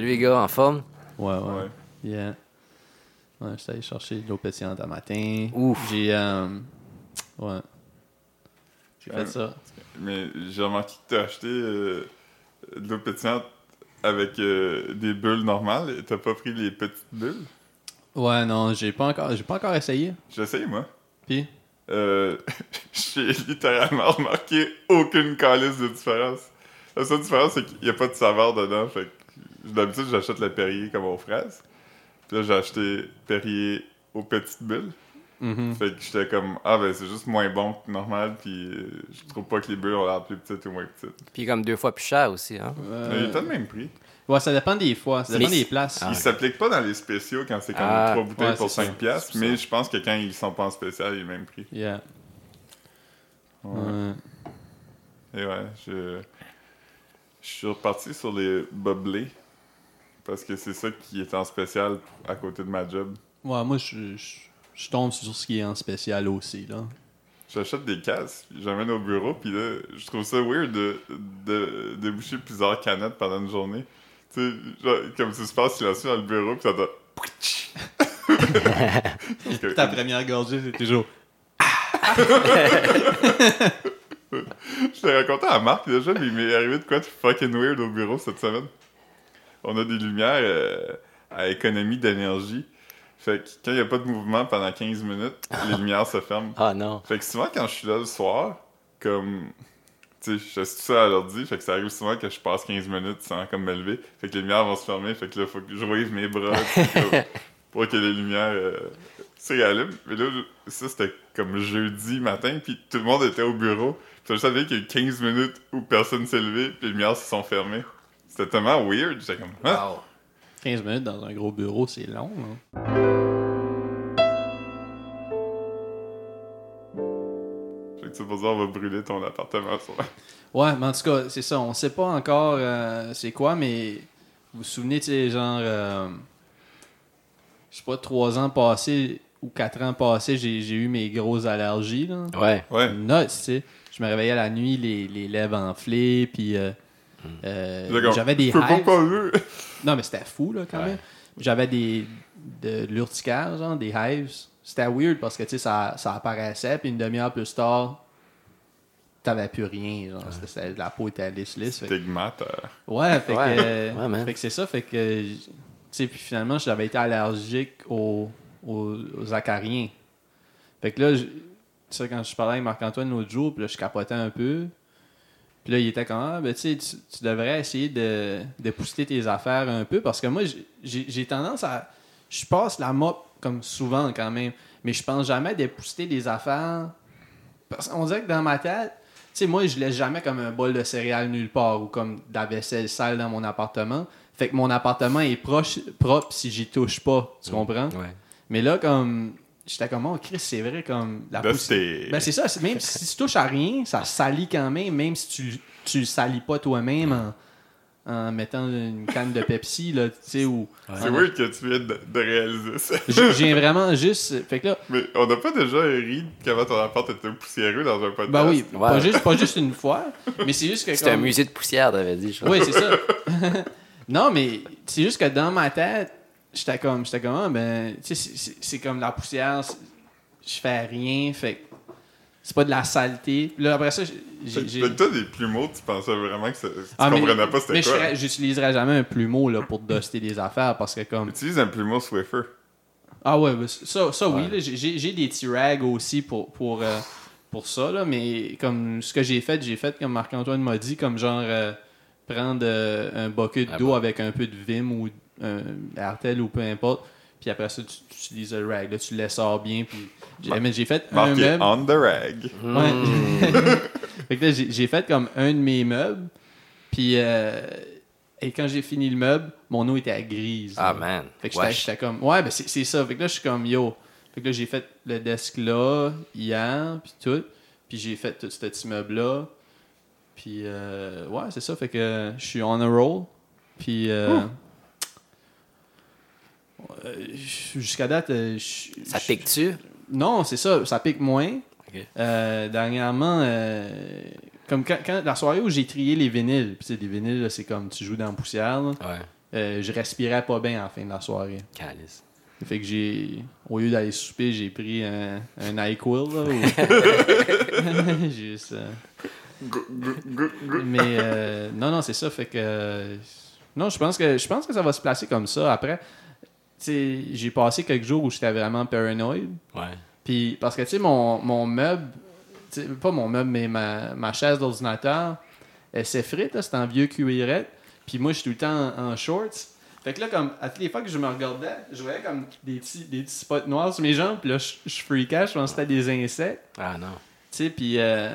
les Hmm. gars, en forme? Ouais, ouais. Ouais. Yeah. Ouais, j'étais allé chercher de l'eau pétillante à matin. Ouf. J'ai. euh, Ouais. J'ai Euh, fait ça. Mais j'ai remarqué que t'as acheté euh, de l'eau pétillante avec euh, des bulles normales et t'as pas pris les petites bulles. Ouais, non, j'ai pas encore, j'ai pas encore essayé. J'essaye, moi. Puis, Euh, j'ai littéralement remarqué aucune calice de différence. La seule différence, c'est qu'il n'y a pas de saveur dedans. Fait que d'habitude, j'achète la Perrier comme aux fraises. Puis là, j'ai acheté Perrier aux petites bulles. mhm. Fait que j'étais comme, ah ben c'est juste moins bon que normal. Puis euh, je trouve pas que les bulles ont l'air plus petites ou moins petites. Puis comme deux fois plus cher aussi, hein? Mais Euh, il est le même prix. ouais, ça dépend des fois, ça Mais dépend c'est- des places. Ah, Il ok. s'applique pas dans les spéciaux quand c'est comme Ah, trois bouteilles ouais, pour c'est 5 ça, piastres, c'est mais je pense que quand ils sont pas en spécial, ils sont le même prix. Yeah. Ouais. Ouais. Et ouais, je... je suis reparti sur les boblés. Parce que c'est ça qui est en spécial à côté de ma job. Ouais, moi, je, je, je tombe sur ce qui est en spécial aussi, là. J'achète des cases, puis j'amène au bureau, puis là, je trouve ça weird de, de, de boucher plusieurs canettes pendant une journée. Tu sais, genre, comme c'est super silencieux dans le bureau, puis ça doit. Parce que- Ta première gorgée, c'est toujours. Je l'ai raconté à Marc déjà, mais il m'est arrivé de quoi de fucking weird au bureau cette semaine. On a des lumières euh, à économie d'énergie. Fait que quand il n'y a pas de mouvement pendant 15 minutes, les lumières se ferment. Ah non. Fait que souvent quand je suis là le soir, comme. Tu sais, je suis assis tout seul à l'ordi, fait que ça arrive souvent que je passe 15 minutes sans comme me lever. Fait que les lumières vont se fermer, fait que là, faut que je wave mes bras puis comme, pour que les lumières euh, se réallument. Mais là, je- ça, c'était comme jeudi matin, puis tout le monde était au bureau. Puis je savais qu'il y a eu 15 minutes où personne s'est levé, puis les lumières se sont fermées. C'était tellement weird, j'étais comme. Hein? Ah. 15 minutes dans un gros bureau, c'est long, hein. là. Fait que c'est pour ça, on va brûler ton appartement, souvent. Ouais, mais en tout cas, c'est ça. On sait pas encore euh, c'est quoi, mais vous vous souvenez, tu sais, genre, euh, je sais pas, trois ans passés ou quatre ans passés, j'ai j'ai eu mes grosses allergies, là. Ouais. Ouais. Nuts, tu sais. Je me réveillais la nuit, les, les lèvres enflées, puis euh, euh, J'étais comme, j'avais des Hmm. Je peux pas hives. parler. Non, mais c'était fou, là, quand Ouais. même. J'avais des, de l'urticaire, genre, des hives. C'était weird parce que, tu sais, ça, ça apparaissait, puis une demi-heure plus tard, t'avais plus rien, genre. C'était- c'était- la peau était lisse, lisse. fait que- Stigmate. euh, Ouais, fait Ouais. que... euh, Ouais, man. fait que c'est ça, fait que... j- Tu sais, puis finalement, j'avais été allergique aux, aux, aux acariens. Fait que là, j- tu sais, quand je parlais avec Marc-Antoine l'autre jour, puis là, je capotais un peu. Puis là, il était comme, ah, ben, tu sais, tu tu devrais essayer de, de pousser tes affaires un peu, parce que moi, j'ai- j'ai j'ai tendance à... Je passe la mop, comme souvent, quand même, mais je pense jamais de pousser les affaires... Parce qu'on dirait que dans ma tête, tu sais, moi, je laisse jamais comme un bol de céréales nulle part ou comme de la vaisselle sale dans mon appartement. Fait que mon appartement est proche, propre si j'y touche pas, tu comprends? Ouais. Mais là, comme, j'étais comme, oh Chris, c'est vrai, comme, la poussière- Dusty. ben c'est ça, c'est- même si tu touches à rien, ça salit quand même, même si tu, tu le salis pas toi-même en, en mettant une canne de Pepsi, là, tu sais, ou... C'est en- weird que tu viennes de, de réaliser ça. J'ai j'ai vraiment juste... Fait que là, Mais on n'a pas déjà ri de comment ton appart était poussiéreux dans un podcast. bah oui, Ouais. pas, juste, pas juste une fois, mais c'est juste que... C'était un comme- musée de poussière, t'avais dit, je crois. Oui, c'est ça. non, mais c'est juste que dans ma tête, j'étais comme, j'étais comme, ah, ben, tu sais, c'est- c'est- c'est comme la poussière, c'est- je fais rien, fait que c'est pas de la saleté. Puis Là, après ça, j'ai- Fait j'ai. que fait que toi, des plumeaux, tu pensais vraiment que ça- tu Ah, mais- comprenais pas c'était mais je quoi. ferais- j'utiliserais jamais un plumeau là, pour duster des affaires parce que comme Utilise un plumeau Swiffer. ah ouais ben, ça, ça oui Ouais. là, j'ai- j'ai j'ai des petits rags aussi pour pour euh, pour ça là mais comme ce que j'ai fait j'ai fait comme Marc Antoine m'a dit comme genre euh, prendre euh, un bucket Ah d'eau avec un peu de vim ou un artel ou peu importe puis après ça tu, tu utilises le rag là tu le sors bien puis j'ai mais j'ai fait un Marqué meuble on the rag. Ouais. fait que là, j'ai j'ai fait comme un de mes meubles. Puis, euh, et quand j'ai fini le meuble, mon eau était grise. Ah, là. man. Fait que j'étais- Wesh. j'étais comme, ouais, ben c'est c'est ça. Fait que là, je suis comme, yo. Fait que là, j'ai fait le desk là, hier, puis tout. Puis j'ai fait tout ce petit meuble-là. Puis, euh, ouais, c'est ça. Fait que je suis on a roll. Puis, euh, euh, jusqu'à date, euh, je- Ça je- pique-tu? non, c'est ça, ça pique moins. Ok. Euh, dernièrement, euh, comme quand, quand- la soirée où j'ai trié les vinyles, puis tu sais, les vinyles, là, c'est comme tu joues dans la poussière, là. Ouais. euh, je respirais pas bien à la fin de la soirée. Calice. Fait que j'ai, au lieu d'aller souper, j'ai pris un, un NyQuil, là, ou- Juste, euh, Gou, gou, gou, gou. Mais euh, non, non, c'est ça. Fait que. euh, non, je pense que je pense que ça va se placer comme ça. Après, tu sais, j'ai passé quelques jours où j'étais vraiment paranoïde. Ouais. Puis parce que tu sais, mon, mon meuble, tu sais, pas mon meuble, mais ma, ma chaise d'ordinateur, elle s'effrite, là, c'est en vieux cuirette. Puis moi, je suis tout le temps en, en shorts. Fait que là, comme à toutes les fois que je me regardais, je voyais comme des petits, des petits spots noirs sur mes jambes. Puis là, je, je freakais, je pensais que c'était des insectes. Ah non. Tu sais, puis euh,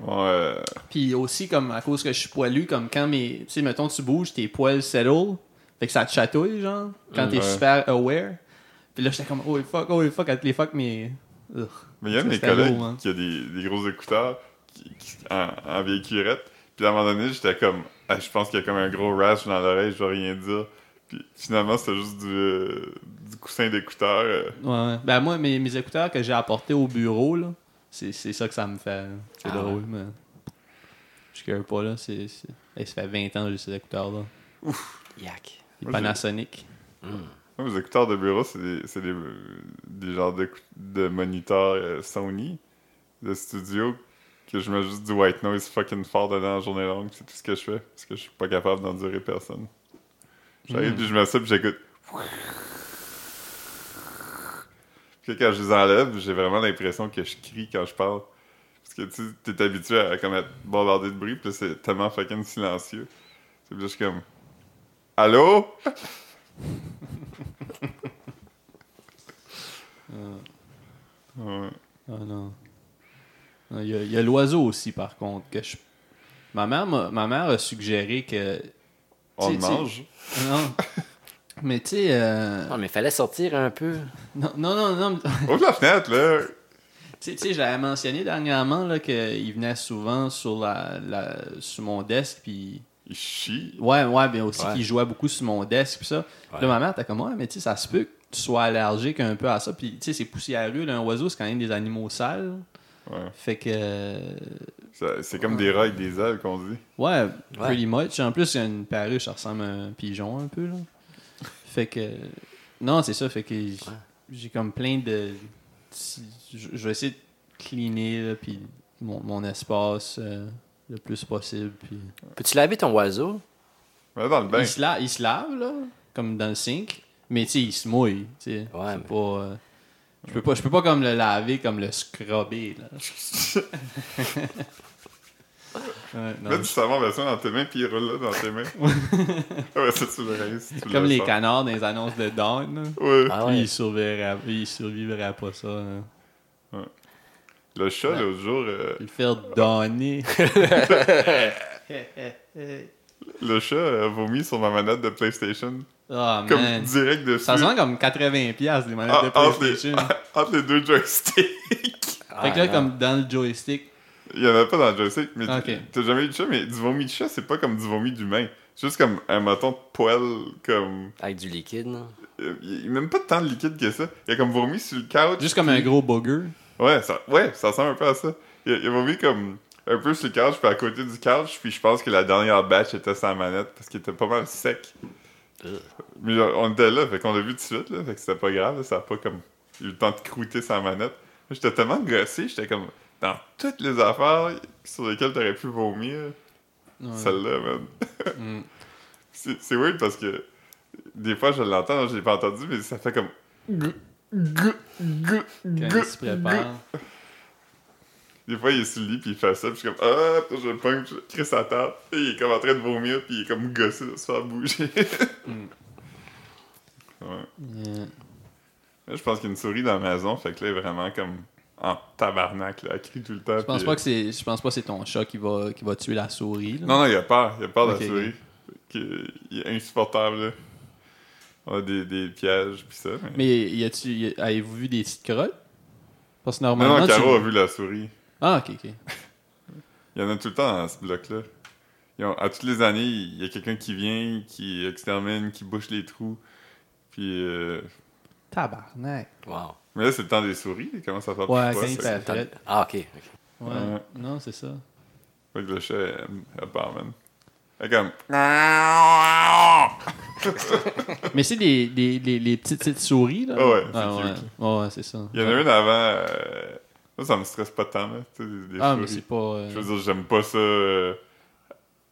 Ouais. puis aussi, comme à cause que je suis poilu, comme quand mes. Tu sais, mettons, tu bouges, tes poils settle. Fait que ça te chatouille, genre, quand Mm, t'es ouais. super aware. Puis là, j'étais comme, oh fuck, oh fuck, à tous les fuck, mais. Ugh. Mais il y a Ça, mes c'était collègues lourd, hein. qui ont des, des gros écouteurs qui- qui- en, en vieille cuirette. Puis à un moment donné, j'étais comme, Ah, je pense qu'il y a comme un gros rash dans l'oreille, je vais rien dire. Puis finalement, c'était juste du, euh, du coussin d'écouteur. euh. Ouais, ouais. Ben, moi, mes, mes écouteurs que j'ai apportés au bureau, là, c'est, c'est ça que ça me fait. là. C'est Ah, drôle, ouais. mais. Je care pas, là. C'est, c'est- Hey, ça fait 20 ans que j'ai ces écouteurs-là. Yak. Les Moi, j'ai- Panasonic. Ouais, mes écouteurs de bureau, c'est des, c'est des, euh, des genres d'écou- de moniteurs euh, Sony de studio que je mets juste du white noise fucking fort dedans la journée longue. C'est tout ce que je fais parce que je suis pas capable d'endurer personne. J'arrive, Mm. puis je mets ça, puis j'écoute. Puis quand je les enlève, j'ai vraiment l'impression que je crie quand je parle. Parce que tu sais, t'es habitué à comme être bombardé de bruit, puis là, c'est tellement fucking silencieux. C'est juste comme. Allô? Ouais. Ah non. Non, Il y a- il y a, l'oiseau aussi, par contre. Que je... ma, mère m'a- ma mère a suggéré que. On Tu- le tu- mange. Non. Mais tu sais. euh, Non, mais fallait sortir un peu. Non, non, non. non. Tu Ouvre la fenêtre, là. sais- tu sais, j'avais mentionné dernièrement là, qu'il venait souvent sur, la, la- sur mon desk. Puis. Il chie. Ouais, ouais, mais aussi Ouais. qu'il jouait beaucoup sur mon desk. Puis ça. Puis Ouais. là, ma mère, t'as comme, ouais, mais tu sais, ça se peut que tu sois allergique un peu à ça. Puis tu sais, c'est poussiéreux. Là, un oiseau, c'est quand même des animaux sales. Ouais. Fait que. euh, Ça- C'est comme des rats avec des ailes qu'on dit. Ouais, Ouais. pretty much. En plus, il y a une perruche, ça ressemble à un pigeon un peu, là. Fait que... Non, c'est ça, fait que j- Ouais. j'ai comme plein de... si- Je je vais essayer de cleaner, là, puis mon, mon espace euh, le plus possible, puis... Peux-tu laver ton oiseau? Mais dans le bain. Il, se la- il se lave, là, comme dans le sink, mais, tu sais, il se mouille, tu sais. Ouais, C'est mais- pas... euh, Je peux pas, je peux pas comme le laver, comme le scrubber, là. Ouais, non, Mets du savon version dans tes mains, puis il roule là dans tes mains. Ah ouais, ça, tu le rinces. tu comme le les sors. canards dans les annonces de Dawn, là. Ouais. Ah Lui, ouais. il survivra, il survivra pas ça. hein. Le chat, l'autre jour, euh, Il le faire donner. le chat a vomi sur ma manette de PlayStation. oh Comme man. direct dessus. Ça se vend comme 80$ piastres, les manettes Ah, de entre, PlayStation. les, entre les deux joysticks. Ah, Fait que là, non. comme dans le joystick. Il y en a pas dans le joystick, mais Ah, Ok. tu t'as jamais eu de chat, mais du vomi de chat, c'est pas comme du vomi d'humain. C'est juste comme un mâton de poil, comme. Avec du liquide, non? euh, Il y a même pas tant de liquide que ça. Il y a comme vomi sur le couch. Juste comme un gros booger. Ouais, ça, ouais, ça ressemble un peu à ça. Il, il m'a mis comme un peu sur le couch, puis à côté du couch, puis je pense que la dernière batch était sans manette parce qu'il était pas mal sec. Ugh. Mais genre, on était là, fait qu'on l'a vu tout de suite, là, fait que c'était pas grave, là, ça a pas comme eu le temps de croûter sans manette. J'étais tellement gossé, j'étais comme dans toutes les affaires sur lesquelles t'aurais pu vomir, Ouais. celle-là, man. Mm. C'est c'est weird parce que des fois je l'entends, je l'ai pas entendu, mais ça fait comme. Gu- gu- gu- Quand gu- il se prépare. Des fois, il est sur le lit, puis il fait ça, puis je suis comme, ah, puis je le pogne, puis je crée sa table. Et il est comme en train de vomir, puis il est comme gossé de se faire bouger. ouais. Yeah. Là, je pense qu'il y a une souris dans la maison, fait que là, il est vraiment comme en tabarnak, là. Elle crie tout le temps. Je pense puis, pas euh, que c'est. Je pense pas que c'est ton chat qui va, qui va tuer la souris. là. Non, non, il a peur. Il a peur Ok. de la souris. Fait que, Il est insupportable, là. On a des, des pièges, puis ça. Mais... Mais y a-tu. y a- Avez-vous vu des petites crottes? Parce que normalement. Non, non, tu- Caro a vu la souris. Ah ok, ok. Il y en a tout le temps dans ce bloc-là. Ils ont- à toutes les années, il y a quelqu'un qui vient, qui extermine, qui bouche les trous. Puis. euh, Tabarnak. Wow. Mais là, c'est le temps des souris. Il commence à faire Ouais, quand plus froid, il fait fait fret. Ah, ok. ok. Ouais. Ouais. Non, c'est ça. que- fait que le chat, elle, elle euh, part, man. Fait comme. Mais c'est les, les, les, les petites, petites souris, là. Ah ouais, c'est ah, ouais. cute. Ouais, ouais, c'est ça. Il y en a une avant. euh, Moi, ça me stresse pas tant, là. Tu sais, des- des Ah, mais souris. c'est pas. euh, Je veux dire, j'aime pas ça. euh,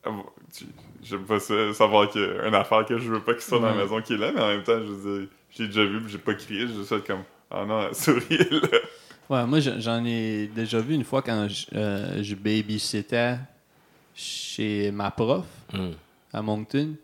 avoir- tu- J'aime pas ça, savoir qu'il y a une affaire que je veux pas qu'il soit dans la Ouais. maison qui est là, mais en même temps, je veux dire, j'ai déjà vu, puis j'ai pas crié, j'ai juste fait comme. Ah non, la souris est là. Ouais, moi je- j'en ai déjà vu une fois quand je, euh, je babysitais chez ma prof Hmm. à Moncton.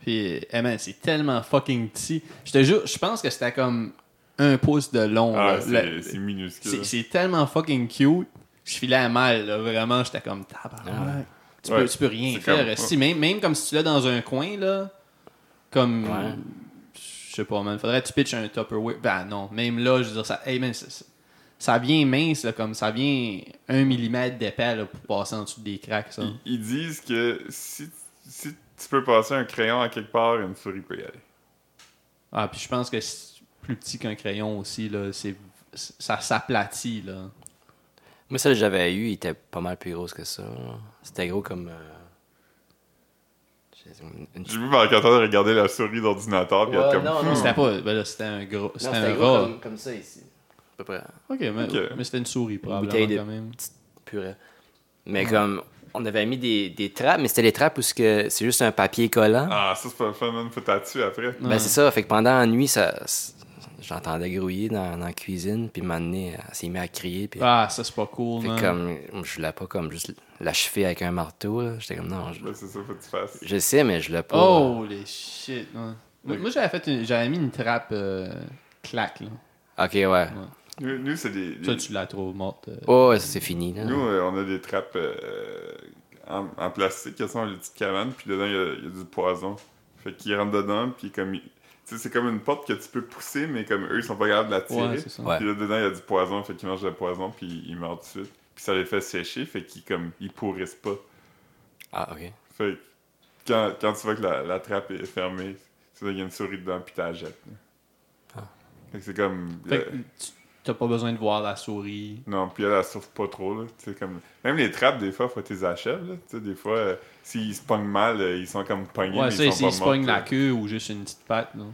Puis, eh man, c'est tellement fucking petit. Je te jure, je pense que c'était comme un pouce de long. Ah, là. c'est Le- c'est c'est minuscule. c'est tellement fucking cute. Je filais à mal, là. Vraiment, j'étais comme tabarnak. Tu, Ouais. peux, tu peux rien C'est faire. comme- Si, même, même comme si tu l'as dans un coin, là, comme. Ouais. Je sais pas, man. Faudrait que tu pitches un Tupperware. Ben non, même là, je veux dire, ça. Hey, man, ça, ça- ça vient mince, là, comme ça vient un millimètre d'épais, là, pour passer en dessous des cracks, ça. Ils, ils disent que si, si tu peux passer un crayon à quelque part, une souris peut y aller. Ah, puis je pense que c'est plus petit qu'un crayon aussi, là. C'est. Ça s'aplatit, là. Moi, celle que j'avais eue, il était pas mal plus grosse que ça. C'était gros comme. euh, je sais- une- une- J'ai vu marc de regarder la souris d'ordinateur, puis Ouais, être comme. non, non. Hum. C'était pas. Ben là, c'était un gros. C'était Non, un gros rat. comme, comme ça ici. À peu près. Ok, mais, Ok. mais c'était une souris, bouteille probablement, de- quand même. Purée. Mais comme. On avait mis des, des trappes, mais c'était les trappes où ce que c'est juste un papier collant. Ah, ça, c'est pas le fun, man. Faut t'attuer après. Ben, c'est ça. Fait que pendant la nuit, ça, c- j'entendais grouiller dans, dans la cuisine, puis m'amener, elle s'est mis à crier. Puis, Ah, ça, c'est pas cool, fait man. que comme, je l'ai pas comme juste l'achever avec un marteau. là. J'étais comme, non, je, Ben, c'est ça, faut que tu fasses. je sais, mais je l'ai pas. Holy shit. ouais. Moi, moi, j'avais fait une... J'avais mis une trappe euh, claque, là. Ok, ouais. Nous, nous, c'est des. des- Ça, tu la trouves morte. euh. Oh, ouais, ça, c'est fini. Là. Nous, euh, on a des trappes euh, en, en plastique, qui sont les petites cabanes, puis dedans, il y a- il y, a du poison. Fait qu'ils rentrent dedans, puis comme. ils- Tu sais, c'est comme une porte que tu peux pousser, mais comme eux, ils sont pas capables de la tirer. Ouais, c'est ça. Ouais. Puis là, dedans, il y a du poison, fait qu'ils mangent le poison, puis ils meurent tout de suite. Puis ça les fait sécher, fait qu'ils comme, ils pourrissent pas. Ah, ok. Fait que quand, quand tu vois que la, la trappe est fermée, c'est là qu'il y a une souris dedans, puis t'as la jettes. là. Fait que c'est comme. Fait euh, que tu- t'as pas besoin de voir la souris. Non, puis elle, elle souffre pas trop, là. Tu sais, comme... Même les trappes, des fois, faut que tu les achèves, là. Tu sais, des fois, euh, s'ils se pognent mal, euh, ils sont comme pognés, Ouais, mais ça, ils ici, sont ils se pas morts. pognent la tu queue ou juste une petite patte, là. sais.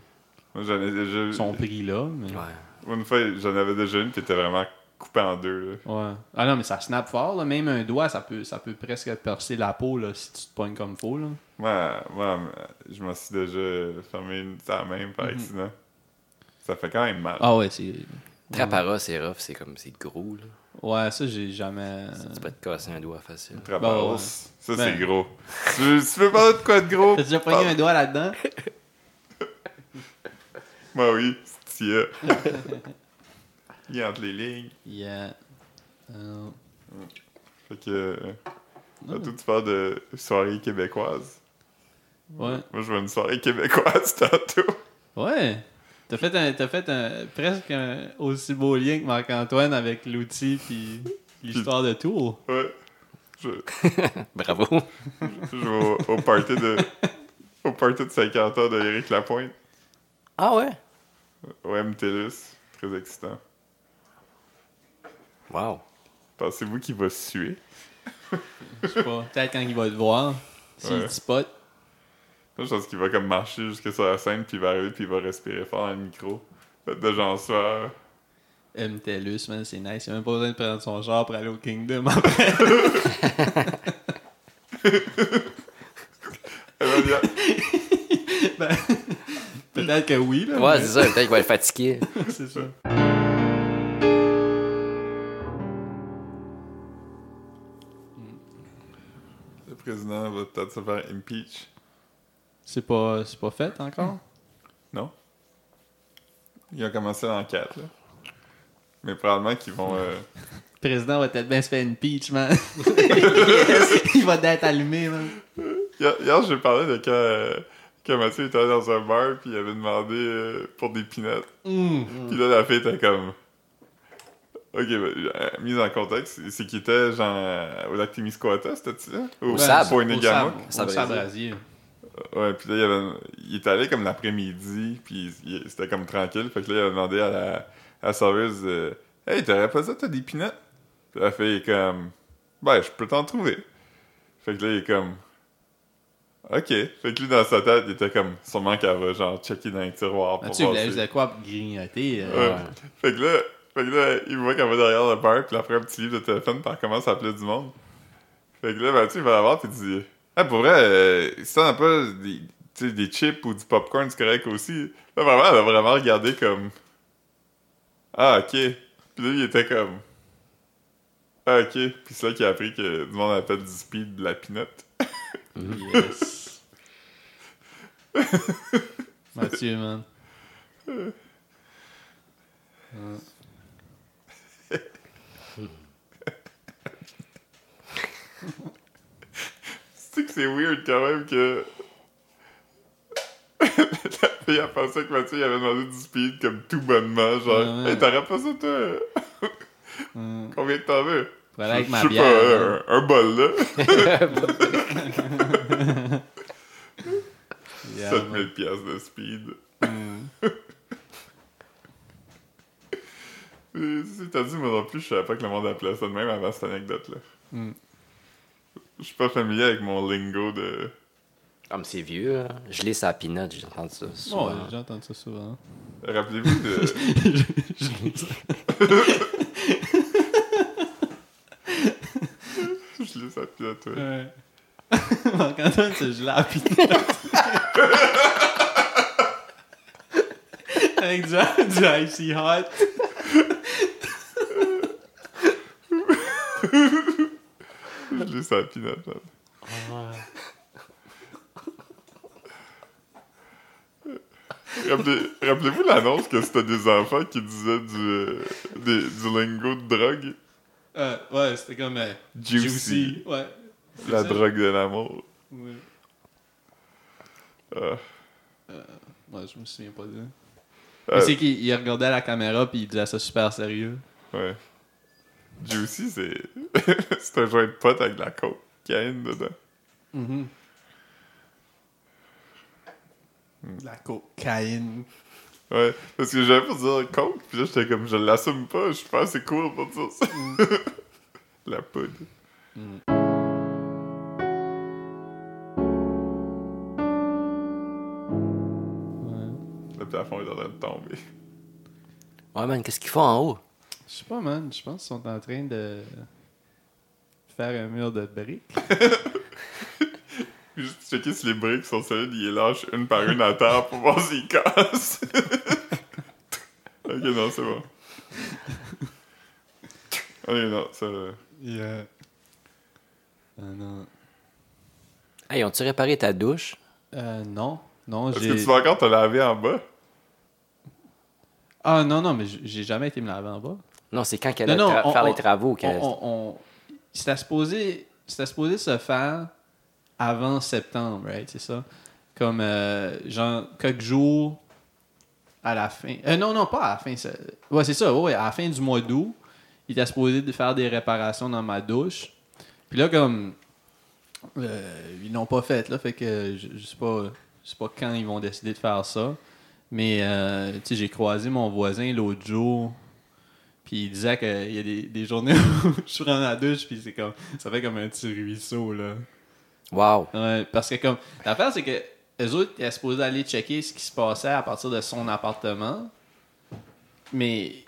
Moi, j'en ai déjà... Ils sont pris là, mais... Ouais. Une fois, j'en avais déjà une, puis était vraiment coupée en deux, là. Ouais. Ah non, mais ça snap fort, là. Même un doigt, ça peut, ça peut presque percer la peau, là, si tu te pognes comme faux, là. Moi, moi je m'en suis déjà fermé une à la main par accident. Ça fait quand même mal. Mhm. Ah ouais, c'est... Trappe à rat, c'est rough, c'est comme, c'est gros, là. Ouais, ça, j'ai jamais... Tu peux te casser un doigt facile. Une trappe Bah, à ouais. os, Ça, Ben. c'est gros. tu, veux- tu veux parler de quoi de gros? T'as déjà pogné un doigt là-dedans? Bah oui, c'est tiens. Il est entre les lignes. Yeah. Euh, Fait que... euh, Tantôt, tu parles de soirée québécoise. ouais. Moi, je veux une soirée québécoise tantôt. Ouais. T'as fait un, t'as fait un, presque un aussi beau lien que Marc-Antoine avec l'outil puis l'histoire de Tours. Ouais. Je, Bravo. je vais au, au party de... Au party de 50 ans de Eric Lapointe. Ah, ouais. Au MTLUS. Très excitant. Wow. Pensez-vous qu'il va suer? Je sais pas. Peut-être quand il va te voir. S'il Ouais. te spot. Moi, je pense qu'il va comme marcher jusque sur la scène, puis il va arriver, puis il va respirer fort dans le micro. Fait De gens soir. MTLUS, man, c'est nice. Il a même pas besoin de prendre son char pour aller au Kingdom après. Ben, Peut-être que oui, là. Ouais, mais- c'est ça. Peut-être qu'il va être fatigué. c'est ça. Le président va peut-être se faire impeach. C'est pas, c'est pas fait encore? Non? Ils ont commencé l'enquête, là. Mais probablement qu'ils vont... euh, Le président va peut-être bien se faire une peach, man. il va d'être allumé, man. Hier, hier, je parlais de quand, euh, quand Mathieu était dans un bar, puis il avait demandé euh, pour des pinottes. Hmm. Puis là, la fille était comme. Ok, ben, euh, mise en contexte, c'est qu'il était genre au lac Témiscouata, c'était-tu là Au Ouais, sable. Point Négamouk. Au Sabre- sabre- au sabrasier. Ouais, puis là, il, avait, il était allé comme l'après-midi, puis il- c'était comme tranquille. Fait que là, il a demandé à la, à la serveuse euh, Hey, t'aurais pas ça, t'as des pinottes Puis la fille est comme Ben, je peux t'en trouver. Fait que là, il est comme OK. Fait que lui, dans sa tête, il était comme, sûrement qu'elle va, genre, checker dans les tiroirs Ah, pour tu il voir a si- juste de quoi pour grignoter. euh. Ouais. Fait que là, fait que là, il voit qu'elle va derrière le bar, puis elle prend un petit livre de téléphone, puis elle commence à appeler du monde. Fait que là, Mathieu, il va la voir, puis il dit Ah, pour vrai, euh, si t'en as pas des, tu sais, des chips ou du popcorn, c'est correct aussi. Là, vraiment, elle a vraiment regardé comme Ah, ok. Puis là, il était comme Ah, ok. Puis c'est là qu'il a appris que du monde appelle du speed de la pinotte. Yes. Mathieu, man. Ouais. Tu sais que c'est weird quand même que. la fille a pensé que Mathieu il avait demandé du speed comme tout bonnement. Genre, Ouais, ouais. hey, t'aurais pas ça toi Hum. Combien que t'en veux Faut aller avec Je ma sais bière. pas, man. un, un bol là. Yeah, man. 7000 pièces de speed. Hum. Mais Si t'as dit, moi non plus, je savais pas que le monde appelait ça de même avant cette anecdote là. Mm. Je suis pas familier avec mon lingo de. Comme c'est vieux, hein. là. Je lis sa peanut, j'ai entendu ça souvent. Ouais, j'ai entendu ça souvent. Rappelez-vous de. je lis ça pilote, ouais. Ouais. Marc-Antoine, c'est gelé à pinotte. Avec du, du icy hot. Je lis ça pilote, man. Rappelez- Rappelez-vous l'annonce que c'était des enfants qui disaient du, euh, des- du lingo de drogue. Euh, ouais, c'était comme euh, Juicy. Ouais. C'est La ça. drogue de l'amour. Ouais. Ah. Ouais, je me souviens pas de. Ah, Mais c'est qu'il il regardait la caméra puis il disait ça super sérieux. ouais. Juicy, c'est. c'est un joint de pote avec de la cocaïne dedans. La cocaïne. Ouais. Parce que j'avais pas dire coke, puis là j'étais comme je l'assume pas, je pense que c'est cool pour dire ça. Mm. la poudre. Ouais. Le plafond est en train de tomber. Ouais, man, qu'est-ce qu'ils font en haut? Je sais pas, man. Je pense qu'ils sont en train de faire un mur de briques. Puis juste checker si les briques sont solides, il les lâche une par une à terre pour voir s'ils cassent. ok, non, c'est bon. Ok, non, ça. euh, Yeah. Ah non. Hey, ont-tu réparé ta douche? Euh, non. Non, Est-ce que j'ai. tu vas encore te laver en bas? Ah non, non, mais j- j'ai jamais été me laver en bas. Non, c'est quand qu'elle Non, allait non, tra- on- faire on- les travaux On, qu'elle. on, on- C'était supposé. C'était supposé se faire avant septembre, right? C'est ça? Comme euh, genre quelques jours à la fin. Euh, non, non, pas à la fin. c'est- Ouais, c'est ça, ouais, ouais, à la fin du mois d'août, il était supposé de faire des réparations dans ma douche. Puis là, comme euh, ils l'ont pas fait, là, fait que je, je sais pas, je sais pas quand ils vont décider de faire ça. Mais euh, tu sais, j'ai croisé mon voisin l'autre jour. Puis il disait qu'il y a des, des journées où je prends la douche, puis c'est comme, ça fait comme un petit ruisseau, là. Wow. Ouais, parce que comme l'affaire c'est que les autres étaient supposés aller checker ce qui se passait à partir de son appartement. Mais tu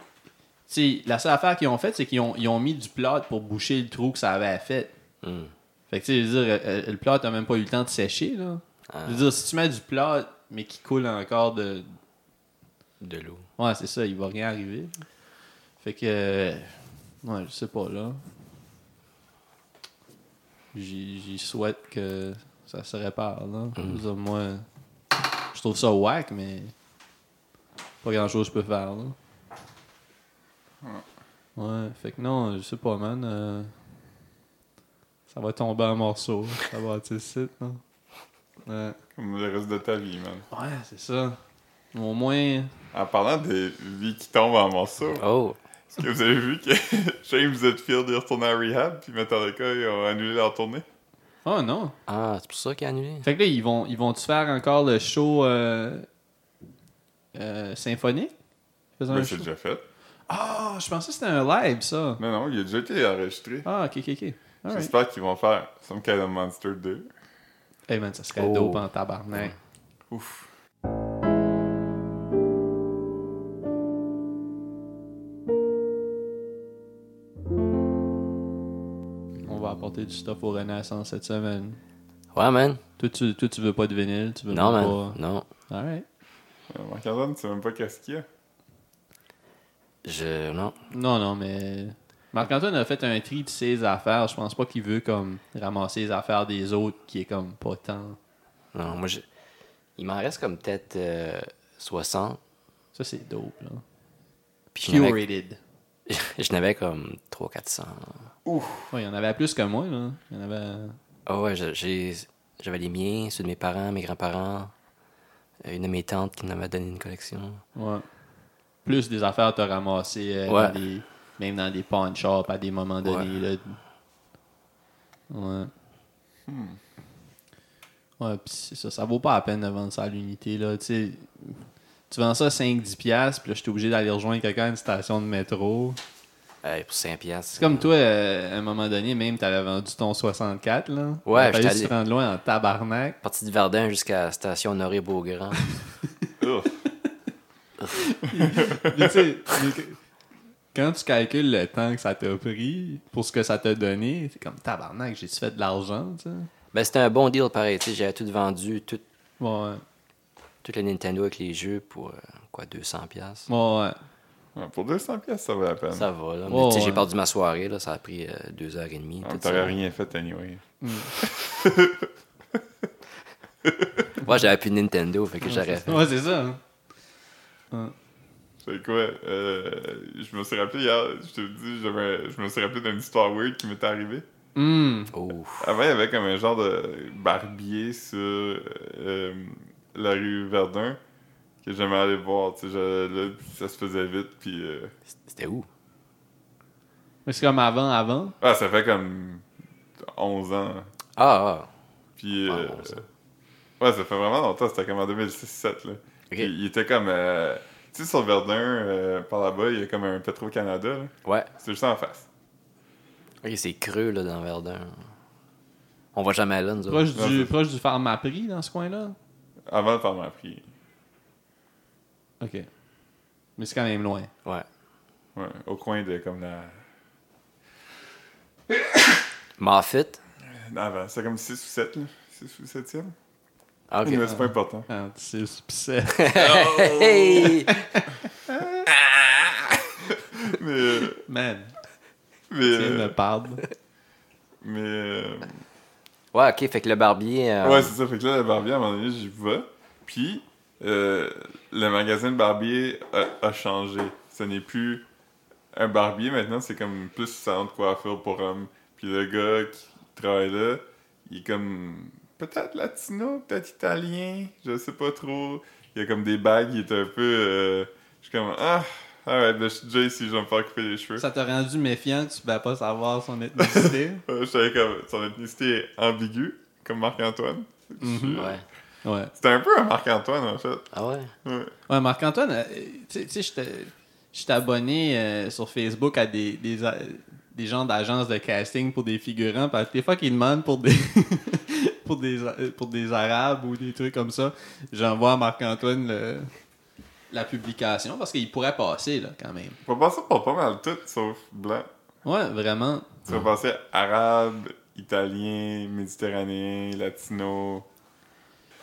sais, la seule affaire qu'ils ont faite, c'est qu'ils ont, ils ont mis du plâtre pour boucher le trou que ça avait fait. Hmm. Fait que tu sais, je veux dire, euh, euh, le plâtre a même pas eu le temps de sécher là. Ah. Je veux dire, si tu mets du plâtre mais qui coule encore de, De l'eau. Ouais, c'est ça, il va rien arriver. Fait que. euh, Ouais, je sais pas, là. J'y j'y souhaite que ça se répare, là. Je veux dire, moi, je trouve ça whack, mais. Pas grand chose que je peux faire, là. Ouais, fait que non, je sais pas, man. euh, Ça va tomber en morceaux, ça va être le site, non? Ouais, Comme le reste de ta vie, man. ouais c'est ça. Au moins. En parlant des vies qui tombent en morceaux, Oh. est-ce que vous avez vu que James Hetfield est retourné à rehab, puis Metallica, ils ont annulé leur tournée? Oh non! Ah, c'est pour ça qu'il a annulé? Fait que là, ils vont, ils vont-tu faire encore le show euh, euh, symphonique? Ils faisaient un Ben, c'est show. déjà fait. Ah, je pensais que c'était un live, ça. Non, non, il a déjà été enregistré. Ah, ok, ok, ok. Alright. J'espère qu'ils vont faire Some Kind of Monster 2. Hey Eh, man, ça serait Oh. dope en tabarnak. Ouf. On va apporter du stuff au Renaissance cette semaine. Ouais, man. Toi, tu, toi, tu veux pas de vinyle, tu veux Non, pas... man. Non. Alright. Euh, Marc-Antoine, tu sais même pas qu'est-ce qu'il y a. Je. Non. Non, non, mais... Marc-Antoine a fait un tri de ses affaires. Je pense pas qu'il veut, comme, ramasser les affaires des autres qui est, comme, pas tant... Non, moi, je... il m'en reste comme peut-être euh, 60. Ça, c'est dope, là. Puis je n'avais- Curated. je n'avais comme 300-400. Ouais, il y en avait plus que moi, là. Il y en avait... Ah ouais, je- j'ai- j'avais les miens, ceux de mes parents, mes grands-parents, euh, une de mes tantes qui m'avait donné une collection. Ouais. Plus des affaires à te ramasser, euh, Ouais. dans des- même dans des pawn shops à des moments donnés. là. Ouais. Hmm. Ouais, pis c'est ça. Ça vaut pas la peine de vendre ça à l'unité. là. Tu sais, tu vends ça 5-10$, puis là, je suis obligé d'aller rejoindre quelqu'un à une station de métro. Euh, pour 5 piastres. C'est comme toi, euh, à un moment donné, même, t'avais vendu ton 64, là. Ouais, Il a fallu j'étais allé- se rendre loin en tabarnak. Parti de Verdun jusqu'à la station Honoré-Beaugrand. Ouf. Mais tu sais, mais que- quand tu calcules le temps que ça t'a pris pour ce que ça t'a donné, c'est comme tabarnak, j'ai-tu fait de l'argent, tu sais? ben, c'était un bon deal, pareil. tu sais, J'avais tout vendu, tout, Ouais, toute la Nintendo avec les jeux pour, euh, quoi, 200 piastres. ouais, ouais. Ouais, pour 200 pièces, ça vaut la peine. Ça va, là. Mais Ouais, tu sais, j'ai ouais. perdu ma soirée, là. Ça a pris euh, 2h30. Ah, T'aurais rien fait anyway. Moi, j'avais plus de Nintendo, fait que j'aurais fait. Ouais, c'est ça. hein. Fait quoi? Euh, je me suis rappelé hier, je te le dis, j'avais- je me suis rappelé d'une histoire weird qui m'est arrivée. Hum, Oh, Avant, il y avait comme un genre de barbier sur euh, la rue Verdun que j'aimais aller voir. Tu sais, j'allais là, puis ça se faisait vite, puis... euh, c'était où? Mais c'est comme avant, avant. Ah, ça fait comme 11 ans. Ah, ah. Puis... Ah, euh, bon, ça. ouais, ça fait vraiment longtemps. C'était comme en 2006-2007, là. Ok. Puis il était comme... euh, tu sais, sur Verdun, euh, par là-bas, il y a comme un Petro-Canada, là. Ouais. C'est juste en face. Ok, c'est creux, là, dans Verdun. On va jamais là, nous autres. Proche Ouais, du, c'est- proche du pharmaprix dans ce coin-là. Avant de faire ma prix. Ok. Mais c'est quand même loin. Ouais. Ouais, au coin de comme la... Moffitt. Non, avant, c'est comme 6 ou 7, là. 6 ou 7e. Ah, ok. Mais c'est pas important. Entre 6 pis 7. Hey! Mais... euh, Man, Mais, tu viens de me euh, perdre. mais euh, Ouais, ok, fait que le barbier. euh, ouais, c'est ça. Fait que là, le barbier, à un moment donné, j'y vais. Puis, euh, le magasin de barbier a, a changé. Ce n'est plus un barbier maintenant, c'est comme plus salon de coiffure pour hommes. Puis le gars qui travaille là, il est comme peut-être latino, peut-être italien, je sais pas trop. Il y a comme des bagues, il est un peu. euh, je suis comme, ah, alright, ben, je suis déjà ici, je vais me faire couper les cheveux. Ça t'a rendu méfiant que tu pouvais pas savoir son ethnicité. Euh, J'étais comme, son ethnicité est ambiguë, comme Marc-Antoine. Mhm. Ouais. ouais. C'était un peu un Marc-Antoine, en fait. Ah ouais? Ouais. Ouais, Marc-Antoine, euh, tu sais- tu sais, j'étais- j'étais abonné euh, sur Facebook à des, des, a- des gens d'agences de casting pour des figurants. Parce que des fois qu'ils demandent pour des, pour, des, euh, pour des Arabes ou des trucs comme ça, j'envoie à Marc-Antoine le- la publication parce qu'il pourrait passer, là, quand même. On va passer pour pas mal tout, sauf blanc. Ouais, vraiment. Tu vas passer arabe, italien, méditerranéen, latino.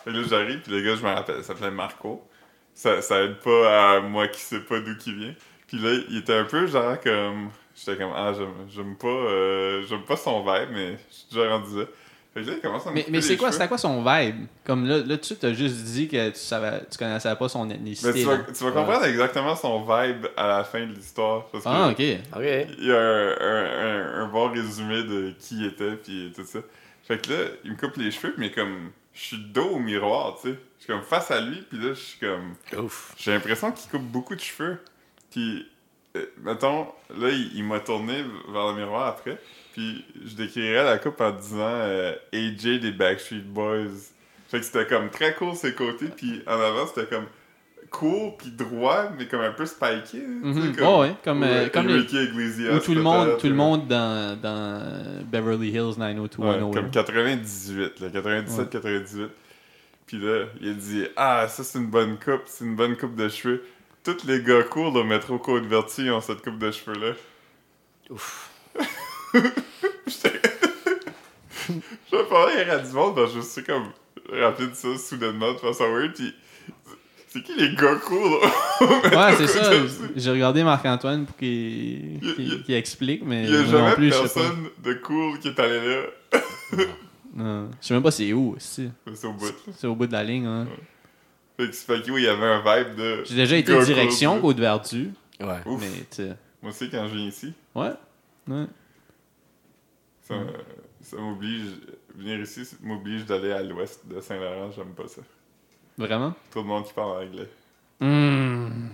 Fait que là, j'arrive, puis le gars, je me rappelle, ça s'appelait Marco. Ça, ça aide pas à moi qui sais pas d'où qui vient. Puis là, il était un peu genre comme. J'étais comme, ah, j'aime- j'aime pas, euh, j'aime pas son vibe, mais je suis déjà rendu là. Fait que là, il commence à me Mais, couper mais les c'est quoi, cheveux. c'était quoi son vibe? Comme là, là tu t'as juste dit que tu savais, tu connaissais pas son ethnicité. Mais tu vas, là. tu vas comprendre exactement son vibe à la fin de l'histoire. Parce que Ah, ok. Ok. Il y a un, un- un- un bon résumé de qui il était, puis tout ça. Fait que là, il me coupe les cheveux, mais comme, je suis dos au miroir, tu sais. Je suis comme face à lui, puis là, je suis comme. Ouf. J'ai l'impression qu'il coupe beaucoup de cheveux. Puis, euh, mettons, là, il, il m'a tourné vers le miroir après, puis je décrirais la coupe en disant euh, AJ des Backstreet Boys. Fait que c'était comme très court ses côtés, puis en avant, c'était comme court puis droit, mais comme un peu spiké. hein, tu sais, Mhm. comme- Ouais, ouais, comme, ou, euh, euh, comme les- Enrique Iglesias. Ou tout le monde, peut-être, tout le euh, monde dans, dans Beverly Hills 90210. Ouais, là. comme 98, là, 97, Ouais. 98. Puis là, il a dit Ah, ça c'est une bonne coupe, c'est une bonne coupe de cheveux. Tous les gars courts au métro Côte-Vertu ils ont cette coupe de cheveux-là. Ouf. Je parlais hier à du monde, parce que je me suis comme rappelé de ça soudainement de façon weird. Puis c'est qui les gars courts là Ouais, c'est ça. J'ai regardé Marc-Antoine pour qu'il Il y a- qu'il- qu'il explique, mais Il y a moi jamais non plus, je sais pas. personne de cool qui est allé là. Non. Je sais même pas c'est où aussi. Mais C'est au bout. là. C'est au bout de la ligne. Hein. Fait que c'est pas qui, oui, il y avait un vibe de. J'ai déjà été gars cool, direction là. au Verdu, Ouais. Ouf. mais tu sais, Moi aussi, quand je viens ici, ouais. ouais. Ça, me- ça m'oblige. Venir ici, ça m'oblige d'aller à l'ouest de Saint-Laurent, j'aime pas ça. Vraiment? Trop de monde qui parle anglais. Hmm.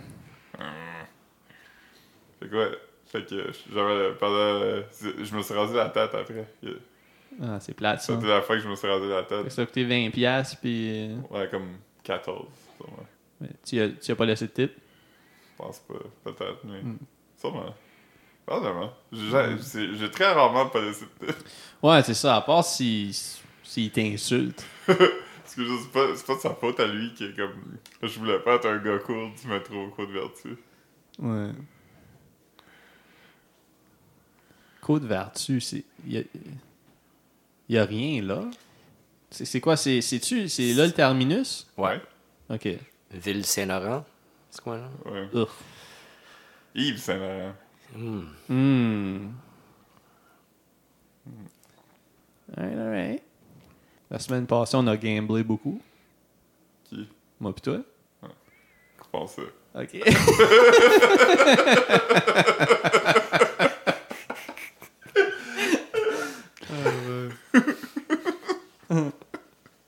Fait que ouais, fait que j'avais le- pendant. euh, Je me suis rasé la tête après. Ah, c'est plate ça. C'était la fois que je me suis rasé la Fait que tête. Ça a coûté 20$, piastres, puis euh, Ouais, comme 14. sûrement. mais tu y as, tu y as pas laissé de type. Je pense pas, peut-être, mais. Mm. Sûrement. Probablement. J'ai- J'ai c'est- j'ai très rarement pas laissé de Ouais, c'est ça, à part s'il si, s'il t'insulte. Parce que je sais pas, c'est pas de sa faute à lui qui est comme. Je voulais pas être un gars court du métro au cours de vertu. Ouais. Côte Vertu, c'est. Il y a, y a rien là. C'est c'est quoi C'est tu C'est là le terminus Ouais. Ok. Ville Saint-Laurent. C'est quoi là? Ouais. Ouf. Yves Saint-Laurent. Hmm. Hmm. Alright, alright. La semaine passée, on a gamblé beaucoup. Qui Moi pis toi. pense ça. Ok.